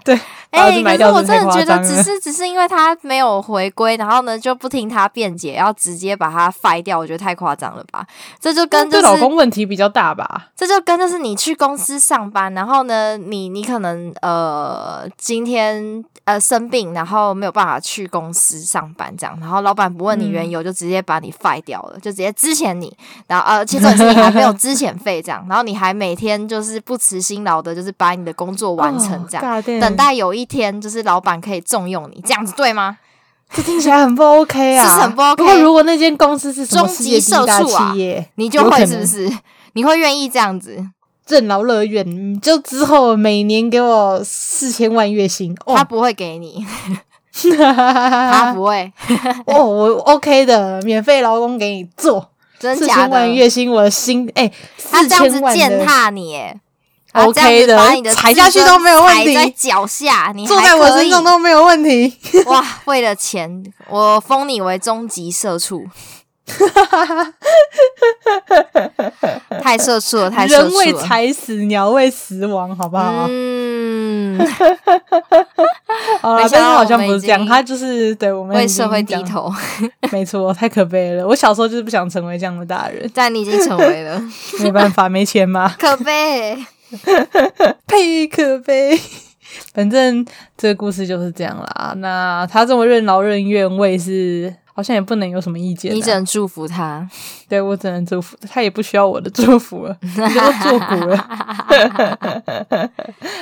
Speaker 4: 对，把儿
Speaker 5: 哎、
Speaker 4: 子埋
Speaker 5: 可
Speaker 4: 啊掉
Speaker 5: 是我真
Speaker 4: 太
Speaker 5: 的
Speaker 4: 夸
Speaker 5: 觉得
Speaker 4: 张，了
Speaker 5: 只。是只是因为他没有回归，然后呢就不听他辩解，要直接把他废掉，我觉得太夸张了吧？这就跟
Speaker 4: 对
Speaker 5: 就是
Speaker 4: 老公问题比较大吧？
Speaker 5: 这就跟就是你去公司上班，然后呢，你你可能呃今天呃生病，然后没有办法去公司上班这样，然后老板不问你
Speaker 4: 嗯
Speaker 5: 缘由，就直接把你 fire 掉了，就直接支遣你，然后呃，其实你是你还没有支遣费这样，然后你还每天就是不辞辛劳的，就是把你的工作完成这样。
Speaker 4: 样
Speaker 5: 等待有一天，就是老板可以重用你，这样子对吗？
Speaker 4: 这听起来很不 OK 啊，
Speaker 5: 是很不 OK
Speaker 4: 不过如果那间公司是什么
Speaker 5: 终
Speaker 4: 世
Speaker 5: 极
Speaker 4: 界第一大
Speaker 5: 社畜啊
Speaker 4: 企业，
Speaker 5: 你就
Speaker 4: 有可
Speaker 5: 会
Speaker 4: 能
Speaker 5: 是不是？ 你会愿意这样子？
Speaker 4: 任劳任怨，你就之后每年给我四千万月薪，
Speaker 5: 他
Speaker 4: 哦，啊
Speaker 5: 不会给你， 他
Speaker 4: 他
Speaker 5: 不会，
Speaker 4: 哦，我 OK 的，免费劳工给你做，
Speaker 5: 真
Speaker 4: 四
Speaker 5: 假
Speaker 4: 千
Speaker 5: 的
Speaker 4: 万？月薪，我的心哎，
Speaker 5: 他
Speaker 4: 四
Speaker 5: 这样子
Speaker 4: 千万
Speaker 5: 践
Speaker 4: 的
Speaker 5: 踏你耶他这样
Speaker 4: OK
Speaker 5: 子
Speaker 4: 的
Speaker 5: 把你的
Speaker 4: 踩
Speaker 5: 自
Speaker 4: 下去
Speaker 5: 尊
Speaker 4: 都没有问
Speaker 5: 踩在
Speaker 4: 题
Speaker 5: 脚下，你
Speaker 4: 坐
Speaker 5: 还
Speaker 4: 在我
Speaker 5: 可
Speaker 4: 身上
Speaker 5: 以
Speaker 4: 都没有问题，
Speaker 5: 哇！为了钱，我封你为终极社畜，太社畜了，太社
Speaker 4: 人
Speaker 5: 畜
Speaker 4: 为
Speaker 5: 了。
Speaker 4: 财死，鸟为食亡，好不好？
Speaker 5: 嗯，
Speaker 4: 好啦
Speaker 5: 没
Speaker 4: 但
Speaker 5: 想
Speaker 4: 是
Speaker 5: 到
Speaker 4: 好
Speaker 5: 我
Speaker 4: 像
Speaker 5: 们
Speaker 4: 不
Speaker 5: 已
Speaker 4: 是这样，
Speaker 5: 经
Speaker 4: 他就是对我们
Speaker 5: 为
Speaker 4: 已
Speaker 5: 社
Speaker 4: 经
Speaker 5: 会低
Speaker 4: 讲，
Speaker 5: 头，
Speaker 4: 没错，太可悲了。我小时候就是不想成为这样的大人，
Speaker 5: 但你已经成为了
Speaker 4: 没办法，没钱嘛。
Speaker 5: 可悲。
Speaker 4: 呸，可悲。反正这个故事就是这样啦。那他这么任劳任怨，我也是好像也不能有什么意见、啊。
Speaker 5: 你只能祝福他。
Speaker 4: 对我只能祝福，他也不需要我的祝福了， 你都做骨了。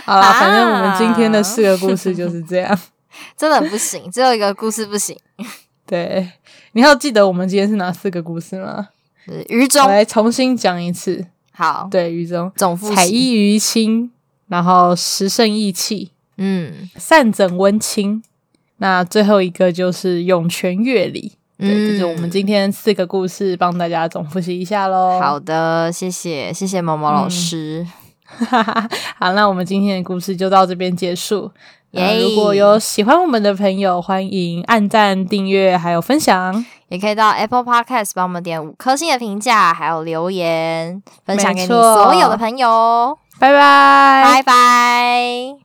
Speaker 4: 好啦，反正我们今天的四个故事就是这样。
Speaker 5: 真的不行，只有一个故事不行，
Speaker 4: 对，你还要记得我们今天是哪四个故事吗？
Speaker 5: 就是于
Speaker 4: 我
Speaker 5: 中
Speaker 4: 来重新讲一次。
Speaker 5: 好
Speaker 4: 对，于中，
Speaker 5: 总复
Speaker 4: 采
Speaker 5: 习，
Speaker 4: 衣于亲，然后食胜义气，
Speaker 5: 嗯
Speaker 4: 善整温清。那最后一个就是涌泉月里，对，
Speaker 5: 嗯
Speaker 4: 这就是我们今天四个故事，帮大家总复习一下喽。
Speaker 5: 好，的，谢谢谢谢毛毛老师，
Speaker 4: 好，那我们今天的故事就到这边结束。呃
Speaker 5: 耶
Speaker 4: 如果有喜欢我们的朋友，欢迎按赞、订阅，还有分享，
Speaker 5: 也可以到 Apple Podcast 帮我们点五颗星的评价，还有留言，分享给你
Speaker 4: 没错
Speaker 5: 所有的朋友，
Speaker 4: 拜拜，
Speaker 5: 哦拜拜。